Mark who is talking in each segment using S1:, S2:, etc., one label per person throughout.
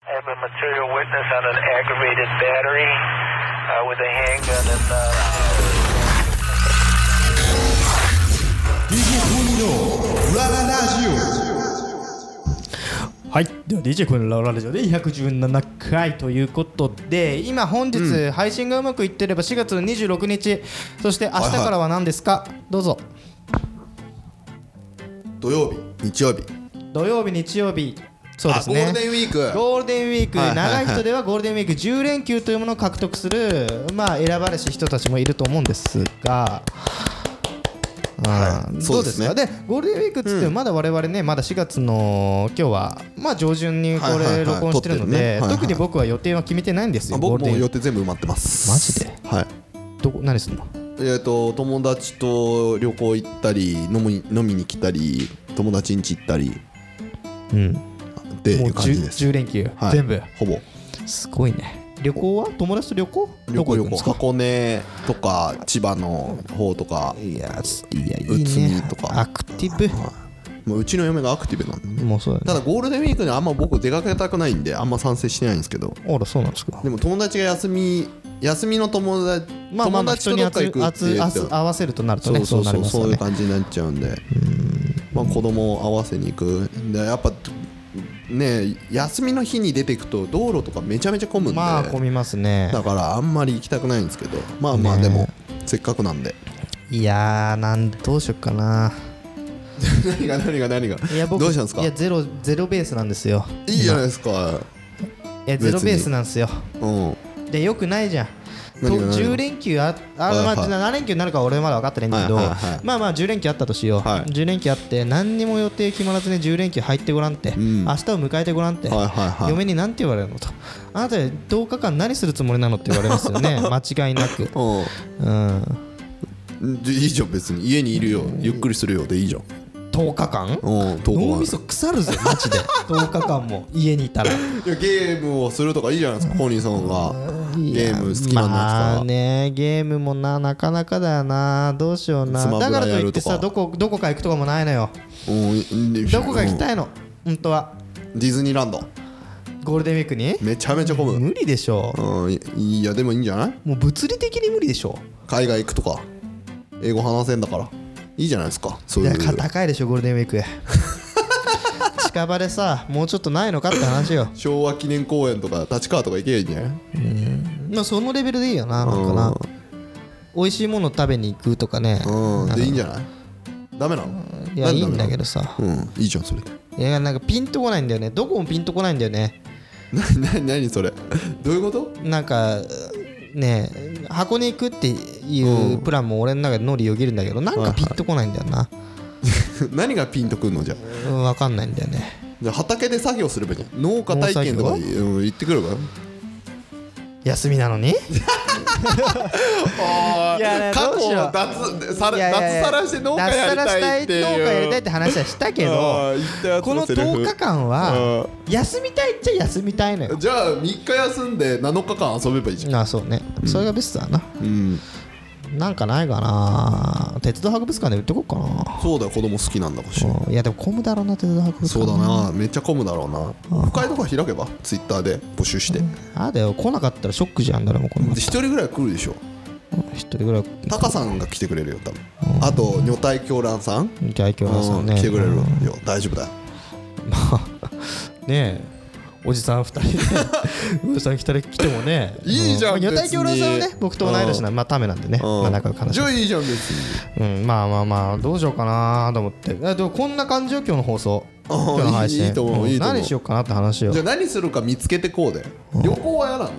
S1: have a material witness on an aggravated battery uh, with a handgun and. Uh,
S2: DJ コミのラララジオ
S3: はい、では DJ 君のラウララジオで117回ということで今本日配信がうまくいってれば4月26日そして明日からは何ですか、どうぞ
S2: 土曜日日曜日
S3: 土曜日日曜日そうですね
S2: あゴールデンウィーク
S3: ゴールデンウィーク、
S2: はいはいはい
S3: 長い人ではゴールデンウィーク10連休というものを獲得するまあ選ばれし人たちもいると思うんですが。あー
S2: はい
S3: ど
S2: そうう
S3: で
S2: ですす
S3: か
S2: ね
S3: でゴールデンウィークっつってもまだ我々ね、まだ4月の今日はまあ上旬にこ
S2: はいはいは
S3: れ
S2: い
S3: 録音してるの
S2: 撮ってるね
S3: で
S2: はいはい
S3: 特に僕は予定は決めてないんですよ
S2: あ
S3: ゴー
S2: 僕
S3: ルデ
S2: も
S3: ンウィ
S2: 予
S3: ー
S2: 定全部埋まってます
S3: マジで
S2: はい
S3: クどこ何すんの
S2: えっ、と友達と旅行行ったり飲み飲みに来たり友達ん家行ったり
S3: うん
S2: ってい
S3: もう
S2: う感じ
S3: 10,
S2: です、
S3: 10連休、
S2: はい、
S3: 全部
S2: ほぼ
S3: すごいね旅行は友達と旅行
S2: 旅行旅
S3: どこ行くん
S2: 行
S3: ですか
S2: 箱根とか千葉の方とか
S3: いやすいやい
S2: 宇
S3: いね
S2: 都宮とか
S3: アクティブ
S2: もううちの嫁がアクティブなんでね
S3: もうそうだね
S2: ただゴールデンウィークにあんま僕出かけたくないんであんま賛成してないんですけど
S3: あらそうなんですか
S2: でも友達が休み休みの友達、
S3: まあまあ
S2: 友
S3: まあ
S2: 達
S3: 人
S2: と
S3: に
S2: どっ
S3: あ
S2: か
S3: つ
S2: 行く
S3: あ
S2: って言
S3: つあ
S2: って
S3: つ合わせるとなると
S2: そ
S3: ね
S2: うそ
S3: そう
S2: う
S3: なり
S2: そう
S3: ます
S2: そうい
S3: よ
S2: う
S3: ね
S2: 感じになっちゃうんでまあ子供を合わせに行くでやっぱね休みの日に出ていくと道路とかめちゃめちゃ混むんで、
S3: まあ混みますね
S2: だからあんまり行きたくないんですけどまあまあ
S3: ね
S2: でも、せっかくなんで
S3: いやーなんどうしよっかな
S2: 何が何が何が
S3: いや僕
S2: どうしたんですか
S3: い
S2: い
S3: やゼロゼロベースなんですよ
S2: いじゃないですか
S3: いやゼロ
S2: 別に
S3: ベースなんですよ
S2: うん
S3: でよくないじゃんと
S2: 何が何が
S3: 10連休ああ、
S2: はいはい
S3: まあ、7連休になるかは俺まだ分かってないんだけど、
S2: はいはいはい
S3: まあまあ10連休あったとしよう、
S2: はい
S3: 10連休あって何にも予定決まらずに10連休入ってごらんって、
S2: ん
S3: 明日を迎えてごらんって、
S2: はいはいはい
S3: 嫁に何て言われるのとあなた10日間何するつもりなのって言われます よね間違いなくうん
S2: うんじゃいいじゃん別に家にいるよゆっくりするよでいいじゃん
S3: 10日間
S2: うん投稿
S3: 脳
S2: が
S3: みそ腐るぜマジで10日間も家にいたら
S2: いやゲームをするとかいいじゃないですか本人さんがゲーム好きなんですから、
S3: まあねゲームもななかなかだよなどうしような
S2: スマブラ
S3: だからといって
S2: や
S3: さ
S2: ると
S3: どこどこか行くとかもない のよ
S2: うん
S3: どこか行き
S2: い、
S3: たいの本当は
S2: うんディズニーランド
S3: ゴールデンウィークに
S2: めちゃめちゃ混む
S3: 無理でしょ
S2: うんいいやでもいいんじゃない
S3: もう物理的に無理でしょ
S2: 海外行くとか英語話せんだからいいじゃないですかそう
S3: い
S2: い
S3: や
S2: う
S3: か高いでしょゴールデンウィーク 近場でさもうちょっとないのかって話よ
S2: 昭和記念公園とか立川とか行けばいいんじゃない
S3: まあそのレベルでいいよななんかな美味しいもの食べに行くとかね
S2: うんでいいんじゃないダメなの
S3: いや
S2: なんで
S3: いい
S2: ダメ
S3: ん
S2: なの
S3: だけどさ
S2: うんいいじゃんそれで
S3: いやなんかピンとこないんだよねどこもピンとこないんだよね
S2: なな何それどういうこと
S3: なんかねえ箱に行くっていうプランも俺の中で脳裏よぎるんだけどなんかピンとこないんだよな、
S2: 何がピンとくんのじゃあ
S3: うん、分かんないんだよね
S2: じゃあ畑で作業すればいいじゃん農家体験とか
S3: 農作
S2: うん行ってくればよ
S3: 休みなのに
S2: あ
S3: いや
S2: ー
S3: ね
S2: 過
S3: どう
S2: 去
S3: しよ
S2: を
S3: う
S2: 脱さら脱サラして農家やりたいっていう
S3: 脱サラしたい農家やりたいって話はしたけ
S2: あ
S3: ど
S2: ー言ったやつ
S3: この
S2: セリフ
S3: 10日間は休みたいっちゃ休みたいのよ
S2: じゃあ3日休んで7日間遊べばいいじゃん
S3: あそうねそれがベストだな、
S2: うん
S3: なんかないかな鉄道博物館で売ってこっかな
S2: そうだよ子供好きなんだかし
S3: うんいやでも混むだろうな鉄道博物館
S2: そうだなめっちゃ混むだろうなオフ会とか開けばツイッターで募集して
S3: あだよ来なかったらショックじゃん誰もこの
S2: 1人ぐらい来るでしょ
S3: 一人ぐらい
S2: タカさんが来てくれるよ多分あと女体狂乱さん
S3: じゃあ今日さ
S2: うんん
S3: ね
S2: 来てくれるよ大丈夫だよ
S3: ねえおじさん 二人でおじさん来たら来てもね
S2: いいじゃん
S3: まあ女体
S2: 別に
S3: 狂乱さんはね僕と同い年なまあためなんでねまあ仲良く
S2: うん
S3: 話
S2: じ
S3: し
S2: ゃあいいじゃん別に
S3: うんまあまあまあどうしようかなと思ってあでもこんな感じよ今日の放送
S2: あー
S3: 今日の配信
S2: いいいいと思うんいいと思う
S3: 何しようかなって話よ
S2: じゃあ何するか見つけてこうで旅行は嫌なの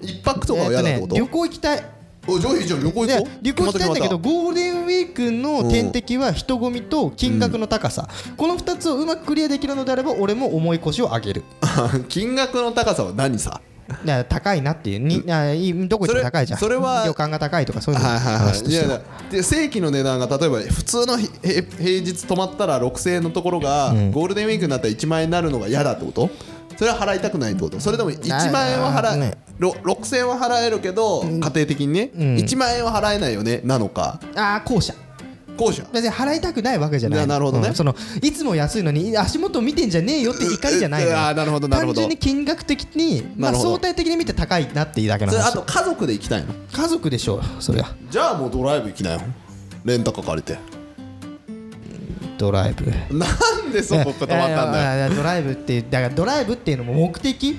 S2: 一泊とかは嫌だって
S3: えー
S2: ことと
S3: ね旅行行きたい
S2: おじゃあいいじゃん旅行
S3: で
S2: 行こう
S3: 旅行行きたいんだけど
S2: 決まった決まっ
S3: ゴールデンウィークの天敵は人混みと金額の高さ、この2つをうまくクリアできるのであれば俺も重い腰を上げる
S2: た 金額の高さは何さ
S3: だから高いなっていうにあいいどこ行っても高いじゃん
S2: それそれは
S3: 旅館が高いとかそういうの
S2: はいはいは
S3: 話と
S2: い
S3: し
S2: い
S3: て
S2: や
S3: はい
S2: やで正規の値段が例えば普通のへへ平日泊まったら6000円のところが、ゴールデンウィークになったら1万円になるのが嫌だってことそれは払いたくないってことそれでも1万円は払え、
S3: ね
S2: ろ6000円は払えるけど、家庭的にね、1万円は払えないよねなのか
S3: ああ後者
S2: 後者
S3: 別に払いたくないわけじゃない
S2: ななるほどね
S3: うんそのいつも安いのに足元見てんじゃねえよって怒りじゃないの
S2: ううあーなるほどなるほど
S3: 単純に金額的に、まあ、
S2: なるほど
S3: 相対的に見て高いなっていうだけの
S2: それあ
S3: 話
S2: と家族で行きたいの
S3: 家族でしょうそりゃ
S2: じゃあもうドライブ行きなよレンタカー借りて
S3: ドライブ
S2: なんでそこ止まったんだよ
S3: いや いやいやドライブってだからドライブっていうのも目的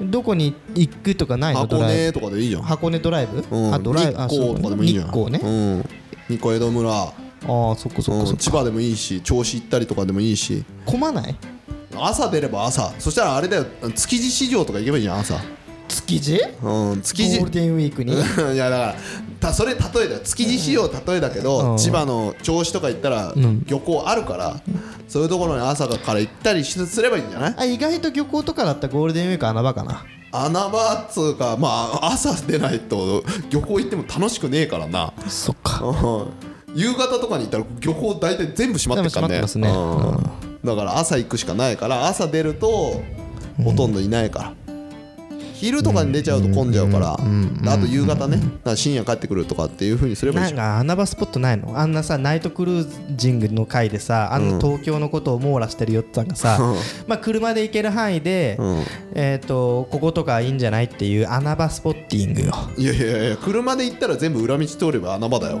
S2: うん
S3: どこに行くとかないのド
S2: 箱
S3: ライブ
S2: 根とかでいいじゃん
S3: 箱根ドライブ、
S2: うん
S3: あドライブあ
S2: 日光とかでもいいじゃん
S3: 日光ね、
S2: うん日光江戸村
S3: ああそっかそっか
S2: う
S3: そっ
S2: ん
S3: か
S2: 千葉でもいいし銚子行ったりとかでもいいし
S3: 混まない
S2: 朝出れば朝そしたらあれだよ築地市場とか行けばいいじゃん朝
S3: 築地
S2: うん築地
S3: ゴールデンウィーク に
S2: いやだからたそれ例えだよ築地市場例えだけ
S3: う
S2: ど
S3: ん
S2: 千葉の銚子とか行ったら
S3: ん
S2: 漁港あるからそういうところに朝から行ったりしすればいいんじゃない
S3: あ意外と漁港とかだったらゴールデンウィーク穴場かな
S2: 穴場っつうかまあ朝出ないと漁港行っても楽しくねえからな
S3: そっか
S2: うん夕方とかに行ったら漁港大体全部閉まってっからね
S3: 全部閉まって
S2: うんだから朝行くしかないから朝出るとほとんどいないから、昼とかに出ちゃうと混んじゃうから、であと夕方ね、だから深夜帰ってくるとかっていうふうにすればいい
S3: な
S2: じ
S3: ん
S2: ゃん
S3: か穴場スポットないのあんなさナイトクルージングの回でさあんな東京のことを網羅してるよってさんがさ、まあ車で行ける範囲で、
S2: ん
S3: えっ、とこことかいいんじゃないっていう穴場スポッティングよ
S2: いやいやいや車で行ったら全部裏道通れば穴場だよ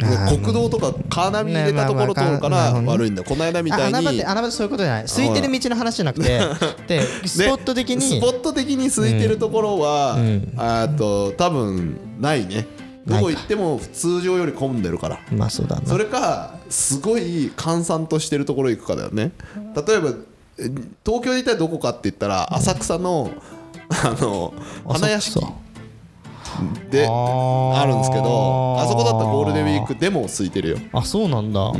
S3: あー
S2: 国道とかカーナビ入れたところ通るから
S3: ねまあまあ
S2: 悪いんだよこの間み
S3: あ
S2: たい
S3: 穴場っ
S2: に
S3: て穴場ってそういうことじゃない空いてる道の話じゃなく てでスポット的
S2: でスポ
S3: に
S2: ット的に空いてるところは、あと多分ないねどこ行っても通常より混んでるから
S3: まあそうだな
S2: それかすごい閑散としてるところ行くかだよね例えばえ東京で一体どこかって言ったら浅草のあの花屋敷
S3: あそっか
S2: で
S3: あー
S2: あるんですけどあそこだったらゴールデンウィークでも空いてるよ
S3: あそうなんだ、お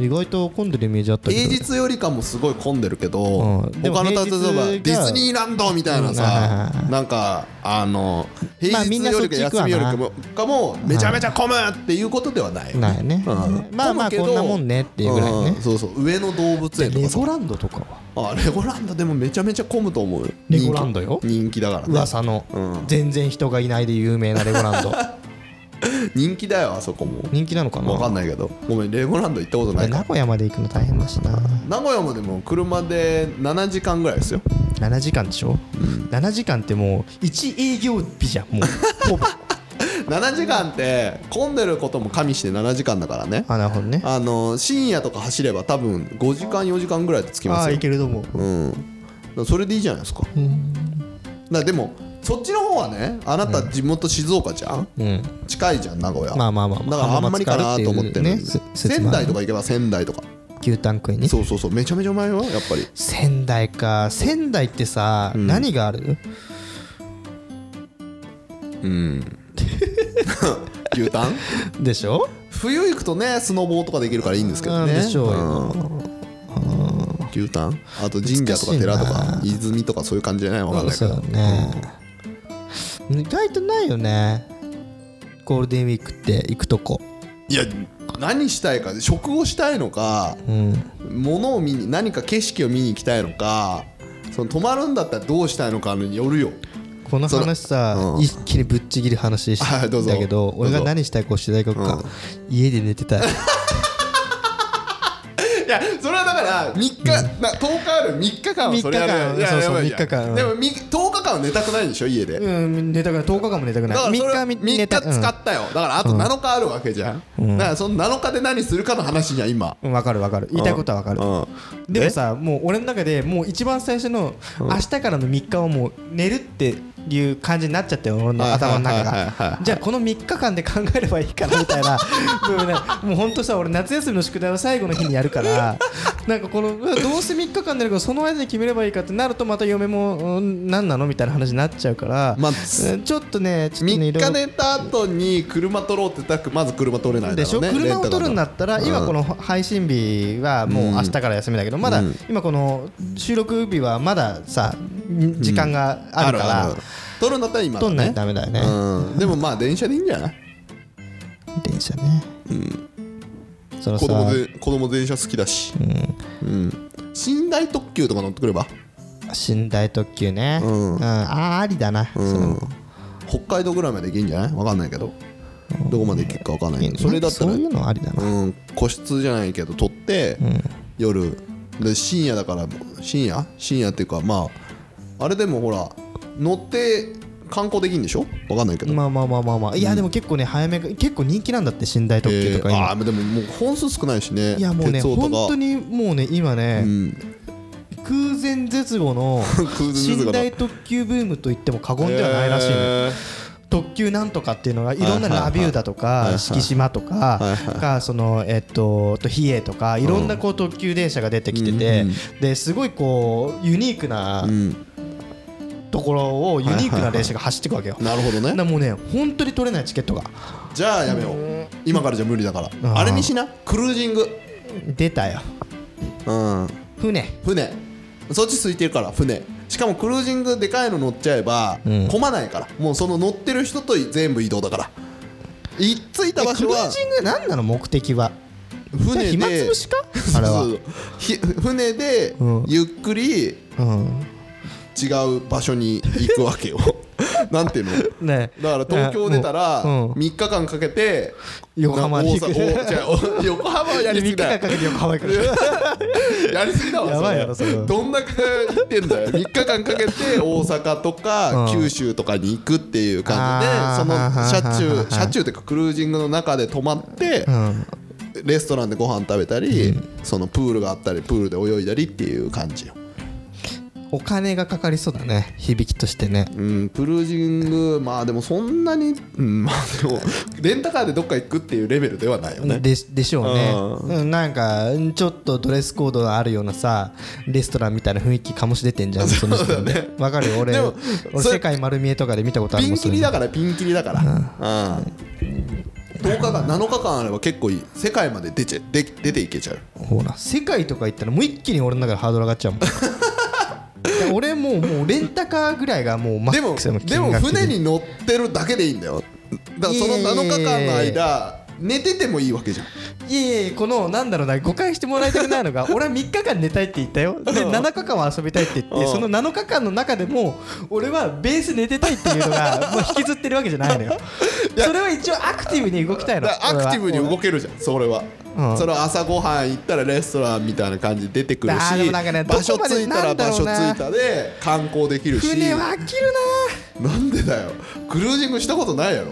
S3: ー意外と混んでるイメージあったけど
S2: 平日よりかもすごい混んでるけど、
S3: うんでも
S2: 他の例えば
S3: 平日が
S2: ディズニーランドみたいな
S3: うんはい
S2: さ
S3: はい、はい
S2: なんかあの
S3: ま
S2: 平
S3: あみ
S2: 日
S3: んな
S2: より
S3: そっ
S2: か
S3: ち行
S2: 休
S3: くわな
S2: みよりかもかもめちゃめちゃ混むっていうことではないよね
S3: ないね、
S2: うん
S3: まあまあ
S2: 混むけど
S3: こんなもんねっていうぐらいね
S2: うんそうそう上野動物園と
S3: レ
S2: かさ
S3: ゴランドとかは
S2: あレゴランドでもめちゃめちゃ混むと思うよ
S3: レゴランドよ
S2: 人気だからね
S3: 噂の、
S2: うん
S3: 全然人がいないで有名なレゴラン ド
S2: 人気だよあそこも
S3: 人気なのかな
S2: 分かんないけどごめんレゴランド行ったことないか
S3: 名
S2: ら
S3: 古屋まで行くの大変だしな
S2: 名古屋までも車で7時間ぐらいですよ
S3: 7時間でしょ、7時間ってもう1営業日じゃん もうほぼ
S2: 7時間って混んでることも加味して7時間だからね
S3: あなるほどね
S2: あの深夜とか走れば多分5時間4時間ぐらいで着き
S3: あ
S2: ま
S3: あ
S2: すよ
S3: いけると思う
S2: うんだからそれでいいじゃないですかだからでもそっちの方はねあなた地元静岡じゃん
S3: うん
S2: 近いじゃん名古屋
S3: まあまあまあまあ
S2: だからあんまりかなと思ってる
S3: 浜松からっていうねせ説
S2: 仙
S3: もある
S2: 台とか行けば仙台とか
S3: 牛タン食いに
S2: そうそうそうめちゃめちゃうまいよやっぱり
S3: 仙台か仙台ってさ、何がある
S2: うん 牛タン
S3: でしょ
S2: 冬行くとねスノボーとかできるからいいんですけどね
S3: うんでしょうよ
S2: うん牛タンあと神社とか寺とか
S3: 難
S2: 泉とかそういう感じじゃないわかんないけ
S3: そう
S2: ど
S3: だね、意外とないよねゴールデンウィークって行くとこ
S2: いや何したいか食をしたいのか
S3: うん
S2: 物を見に何か景色を見に行きたいのかその泊まるんだったらどうしたいのかによるよ
S3: この話さ、
S2: うん
S3: 一気にぶっちぎる話し
S2: はいどうぞ
S3: だけど俺が
S2: どうぞ
S3: 何したいかをしてないかか、家で寝てたい
S2: いやそれはだから3日な10日ある3日間はそれやる
S3: 3日間
S2: いや
S3: そうそ
S2: や
S3: う
S2: ばいじゃん
S3: 3日間
S2: でもみ10日間は寝たくないんでしょ家で
S3: うん寝たから10日間も寝たく
S2: だ
S3: ない
S2: からそれは
S3: 3
S2: 3
S3: 日
S2: 日
S3: 寝た
S2: 使ったよだからあと7日あるわけじゃんだからその7日で何するかの話じゃん今
S3: うん、分かる分かる言いたいことは分かる、
S2: うん
S3: でもさもう俺の中でもう一番最初の明日からの3日はもう寝るっていう感じになっちゃったよ俺の頭の中
S2: はいはいはいはいは
S3: が
S2: い
S3: じゃあこの3日間で考えればいいかなみたい な部分ねもうほんとさ俺夏休みの宿題を最後の日にや るからなんかこのうんどうせ3日間寝るからその間に決めればいいかってなるとまた嫁もうん何なのみたいな話になっちゃうから、
S2: まあ
S3: うんちょっとねちょっとね
S2: 3
S3: いろいろ
S2: 日寝た後に車取ろうって言ったらまず車取れないだろうね
S3: でしょ車を取るんだ
S2: レン
S3: ったら今この配信日はもう明日から休みだけどまだ今この収録日はまださ時間が
S2: タカー
S3: ある
S2: だ
S3: か
S2: る取るんだったら今だ
S3: ら
S2: ね
S3: 取んないとダメだよね
S2: うんでもまあ電車でいいんじゃない
S3: 電車ねその
S2: 子
S3: さ
S2: 供で子供電車好きだしうん寝台特急とか乗ってくれば
S3: 寝台特急ねうんんああありだなそれも
S2: 北海道ぐらいまで行けんじゃないわかんないけど
S3: う
S2: どこまで行くか分かんないけどそれだった
S3: な
S2: ら
S3: んかそういうのありだな
S2: うん、個室じゃないけど取って、夜で深夜だから深夜深夜っていうかまああれでもほら乗って観光できるんでしょ分かんないけど、
S3: まあまあまあまあまあいやでも結構ね早めが結構人気なんだって寝台特急とか
S2: えー
S3: 今
S2: あーでももう本数少ないしね
S3: いやもう
S2: 鉄
S3: ね
S2: 道とか
S3: 本当にもうね今ね、空前絶後の
S2: 空前絶後の
S3: 寝台特急ブームと言っても過言ではないらしいの、
S2: えー
S3: 特急なんとかっていうのがいろんな
S2: はいはいは
S3: ラ
S2: い
S3: ビューだと
S2: はいは
S3: か
S2: い
S3: 敷島と
S2: はい
S3: か
S2: はい
S3: がそのえっとあと比叡とかいろんなこう特急電車が出てきてて
S2: うん
S3: ですごいこうユニークな
S2: うん、
S3: ところをユニークな電車が走っていくわけよ。
S2: なるほど
S3: だから
S2: ね
S3: もうね本当に取れないチケットが
S2: じゃあやめよう今からじゃ無理だから
S3: あー
S2: あれにしなクルージング
S3: 出たよ
S2: うん
S3: 船
S2: 船そっち空いてるから船しかもクルージングでかいの乗っちゃえば、混まないからもうその乗ってる人と全部移動だからい着いた
S3: え
S2: 場
S3: クル
S2: 所は
S3: ージング何なの目的は
S2: 船で
S3: 暇つぶしかあれ は
S2: そうそうひ船で
S3: うん
S2: ゆっくり違
S3: うん
S2: う場所に行くわけ よなんていうの
S3: ね
S2: だから東京出たら
S3: うん
S2: 3日間かけて
S3: 横浜に行く
S2: な大阪お違うお 横浜はやりすぎだよ
S3: 3日間かけて横浜行くから
S2: やりすぎだわ
S3: やばいやろ
S2: それ
S3: それ
S2: どんだけ行ってんだよ3日間かけ て大阪とか
S3: うん
S2: 九州とかに行くっていう感じで
S3: あー
S2: その
S3: はいはいはい
S2: 車
S3: はい
S2: 中車中っていうかクルージングの中で泊まって
S3: うん
S2: レストランでご飯食べたりそのプールがあったりプールで泳いだりっていう感じよ
S3: お金がかかりそうだね響きとしてね
S2: うんクルージングまあでもそんなにうんまあでもレンタカーでどっか行くっていうレベルではないよね
S3: ででしょうね、
S2: う
S3: うん、なんかんちょっとドレスコードがあるようなさレストランみたいな雰囲気醸し出てんじゃんその人ねわかるよ俺
S2: でも
S3: 俺
S2: それ
S3: 世界丸見えとかで見たことある
S2: ピ
S3: も
S2: ン
S3: ん
S2: キリだからピンキリだから、うん10日間7日間あれば結構いい世界まで出ちゃで出ていけちゃう
S3: それほら世界とか行ったらもう一気に俺の中でハードル上がっちゃ うもんいや俺もうもうレンタカーぐらいがもうマ
S2: で
S3: ッ
S2: も
S3: クスの
S2: で
S3: 金
S2: も
S3: 額
S2: 船に乗ってるだけでいいんだよだからその
S3: いやいやい
S2: 7
S3: やい
S2: 日
S3: や
S2: 間の間寝ててもいいわけじゃん
S3: いやいやこのなんだろうな誤解してもらいたくないのが 俺は3日間寝たいって言ったよで7日間は遊びたいって言って
S2: うん
S3: その7日間の中でも俺はベース寝てたいっていう のがもう引きずってるわけじゃないのよそれは一応アクティブに動きたいの
S2: だからアクティブに動けるじゃんそれは、
S3: うん
S2: それは朝ごはん行ったらレストランみたいな感じで出てくるし
S3: あーでもなんかね
S2: 場所
S3: どこま
S2: 着
S3: で
S2: いたら場所着
S3: なん
S2: い
S3: だ
S2: たで観光できるし
S3: 船は飽きる
S2: なんでだよクルージングしたことないやろ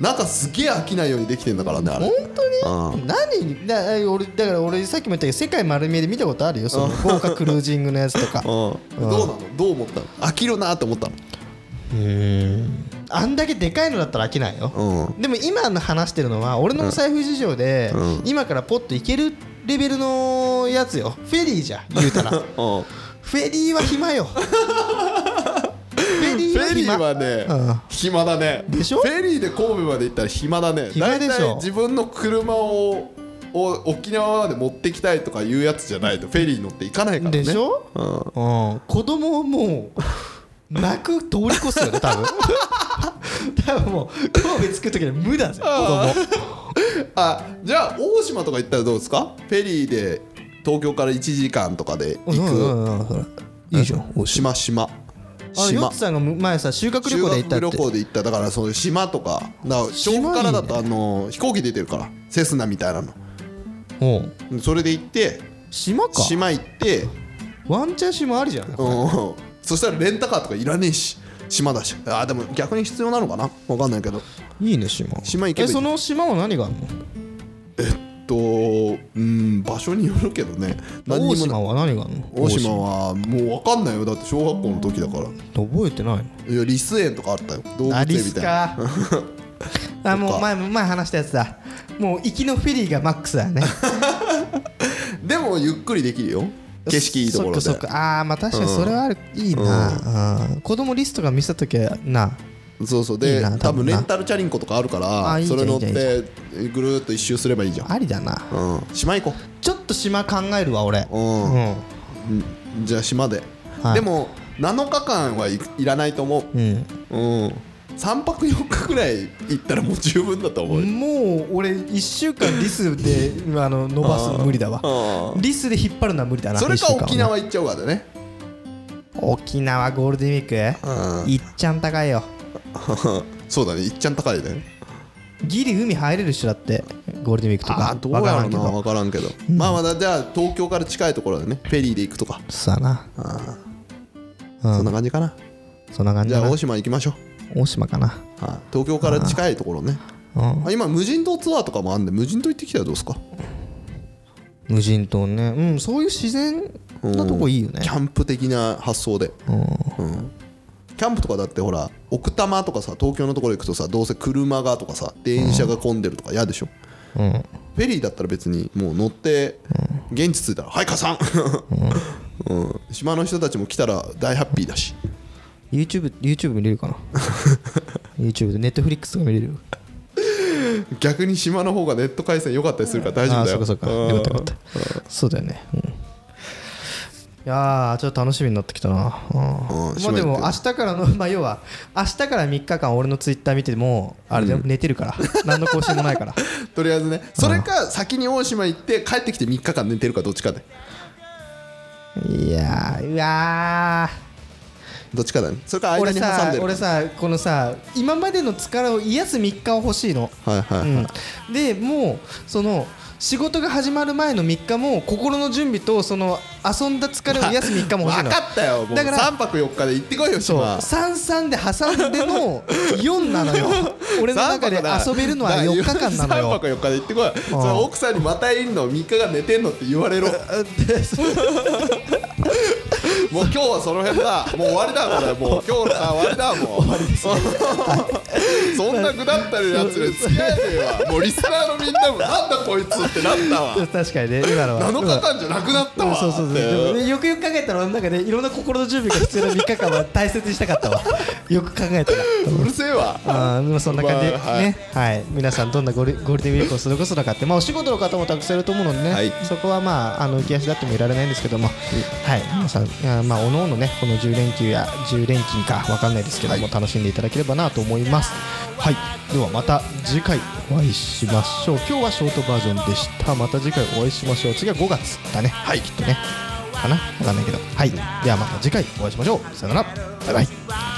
S2: なんかすげえ飽きないようにできてんだからねあれ
S3: な本当に
S2: うん
S3: 何だ俺だから俺さっきも言ったけど世界丸見えで見たことあるよその豪華クルージングのやつとか
S2: うんどうなのどう思ったの飽きるなって思った
S3: あんだけでかいのだったら飽きないよ
S2: のうん
S3: でも今の話してるのは俺のお財布事情で今からポッと行けるレベルのやつよフェリーじゃ言うたら フ
S2: うん
S3: ェリーは 暇よフェリー
S2: フ
S3: は
S2: ェリー
S3: 暇
S2: はね、
S3: うん
S2: 暇だね
S3: でしょ
S2: フェリーで神戸まで行ったら暇だね
S3: 暇でしょ
S2: 大体自分の車をを沖縄まで持ってきたいとかいうやつじゃないとフェリー乗って行かないからね
S3: でしょ、
S2: うん
S3: うん、子供をもう泣く通り越すよね多 分多分もう神戸着く時には無駄ですよ子
S2: あじゃあ大島とか行ったらどうですかフェリーで東京から1時間とかで行
S3: 供
S2: く、
S3: うんうんうんそれいいじゃん
S2: 島島
S3: あヨッ
S2: 島
S3: ツさんが前さ修学旅
S2: 修
S3: 行で行った
S2: 学旅
S3: って
S2: 行で行っただからその島とかだから
S3: 島い
S2: 調
S3: いね
S2: 布からだとあの飛行機出てるからセスナみたいなの
S3: おう
S2: それで行って
S3: 島か
S2: 島行って
S3: ワンチャン島ありじゃない
S2: うんそしたらレンタカーとかいらねえし島だしあーでも逆に必要なのかなわかんないけど
S3: いいね島
S2: 島行けばいい
S3: えその島は何があるの
S2: とうん場所によるけどね
S3: 大
S2: にも
S3: 島
S2: ない
S3: は何があるの
S2: 大島はもうわかんないよだって小学校の時だから
S3: 大島覚えてない
S2: いやリス園とかあったよ動
S3: の
S2: 物
S3: あ
S2: 園
S3: リ
S2: み
S3: ス
S2: たいな
S3: かあもう前前話したやつだもう行きのフェリーがマックスだよね
S2: でもゆっくりできるよ 景色いいところで
S3: そっかそっかあーまあ確かにそれはある、いいな、うん子供リストが見せた時はな
S2: そうそう
S3: いい
S2: で
S3: な多
S2: 多
S3: 分
S2: 分
S3: な
S2: レンタルチャリンコとかあるか
S3: あ
S2: ら
S3: いいじゃ
S2: それ
S3: ん
S2: 乗っ
S3: いいじゃ
S2: てぐるーっと一周すればいいじゃん
S3: ありだな
S2: うん島行こ
S3: ちょっと島考えるわ俺
S2: ううん
S3: うん
S2: うんじゃあ島で
S3: はい
S2: でも7日間はいいらないと思う
S3: うん
S2: うん、3泊4日ぐらい行ったらもう十分だと思うよ、
S3: もう俺1週間リスで あの伸ばすの無理だわ
S2: うん
S3: リスで引っ張るのは無理だな
S2: それ
S3: 一
S2: か
S3: 週間は
S2: 沖縄
S3: ね
S2: 行っちゃうからね、
S3: 沖縄ゴールデンウィーク
S2: うん、
S3: いっちゃん高いよ
S2: そうだねいっちゃん高いね
S3: ギリ海入れる人だってゴールデンウィークと
S2: あ
S3: か
S2: あどうやろうな
S3: ど
S2: 分からんけど、まあまだじゃあ東京から近いところでねフェリーで行くとか、
S3: そうだなう
S2: そんなん感じかな
S3: そんな感じ
S2: じゃ
S3: だ
S2: あ
S3: な
S2: 大島行きましょう
S3: 大島かな
S2: はい東京から近いところね
S3: うん
S2: あ今無人島ツアーとかもあるんで無人島行ってきたらどうですか
S3: 無人島ねうんそういう自然なとこいいよね
S2: キャンプ的な発想で
S3: うん
S2: キャンプとかだってほら奥多摩とかさ東京のところ行くとさどうせ車がとかさ電車が混んでるとか嫌でしょ
S3: うん
S2: フェリーだったら別にもう乗って現地着いたら「はい加算! うん」島の人たちも来たら大ハッピーだし
S3: YouTube, YouTube 見れ るかな YouTube で Netflix とか見れる
S2: 逆に島の方がネット回線良かったりするから大丈
S3: あ
S2: 夫
S3: あ
S2: だ
S3: そ
S2: よ
S3: うかそうかよかったよかったそうだよね、うんいやーちょっと楽しみになってきたな、うん
S2: うん
S3: まあでも明日からの、 まあ、要は明日から3日間俺のツイッター見てもあれで寝てるから、何の更新もないから
S2: とりあえずねそれか先に大島行って帰ってきて3日間寝てるかどっちかで
S3: いやーうわ
S2: どっちかだねそれから
S3: ー
S2: 間
S3: 俺
S2: に挟ん
S3: さ
S2: でる
S3: 俺さこのさ今までの疲れを癒す3日を欲しいの
S2: はいはい、
S3: うん、でもうその仕事が始まる前の3日も心の準備とその遊んだ疲れを癒す3日も
S2: 分
S3: 欲しいの
S2: かったよもう
S3: だから
S2: 3泊4日で行ってこいよ
S3: そう
S2: 島
S3: 33で挟んでの4なの よ俺の中で遊べるのは4日間なの
S2: 3
S3: よ
S2: 泊4日で行ってこいそれ奥さんにまたいるの3日が寝てんのって言わ れろもう今日はその辺だもう終わりだこれ もう今日のさ終わりだもう終わりです、そんなぐだったりのやつで付き合えねえわもうリスナーのみんなもなんだこいつってなった わ
S3: 確かにね今のは
S2: 7日間じゃなくなった
S3: うん
S2: わ
S3: そうそうそうでもねよくよく考えたら俺の中でいろんな心の準備が必要な3日間は大切にしたかったわよく考えたら
S2: うるせえわ
S3: あーまあそんな感じでね、
S2: まあはい
S3: はい皆さんどんなゴールゴールデンウィークを過ごすのかって、まあ、お仕事の方もたくさんいると思うのでね、
S2: はい
S3: そこはまああの浮き足だってもいられないんですけども、はい、皆さん、あーまあ、おのおのねこの10連休や10連勤かわかんないですけども、楽しんでいただければなと思います、はい、ではまた次回お会いしましょう今日はショートバージョンでしたまた次回お会いしましょう次は5月だねはいきっとねかなわかんないけどはいではまた次回お会いしましょうさよならバイバイ
S2: はい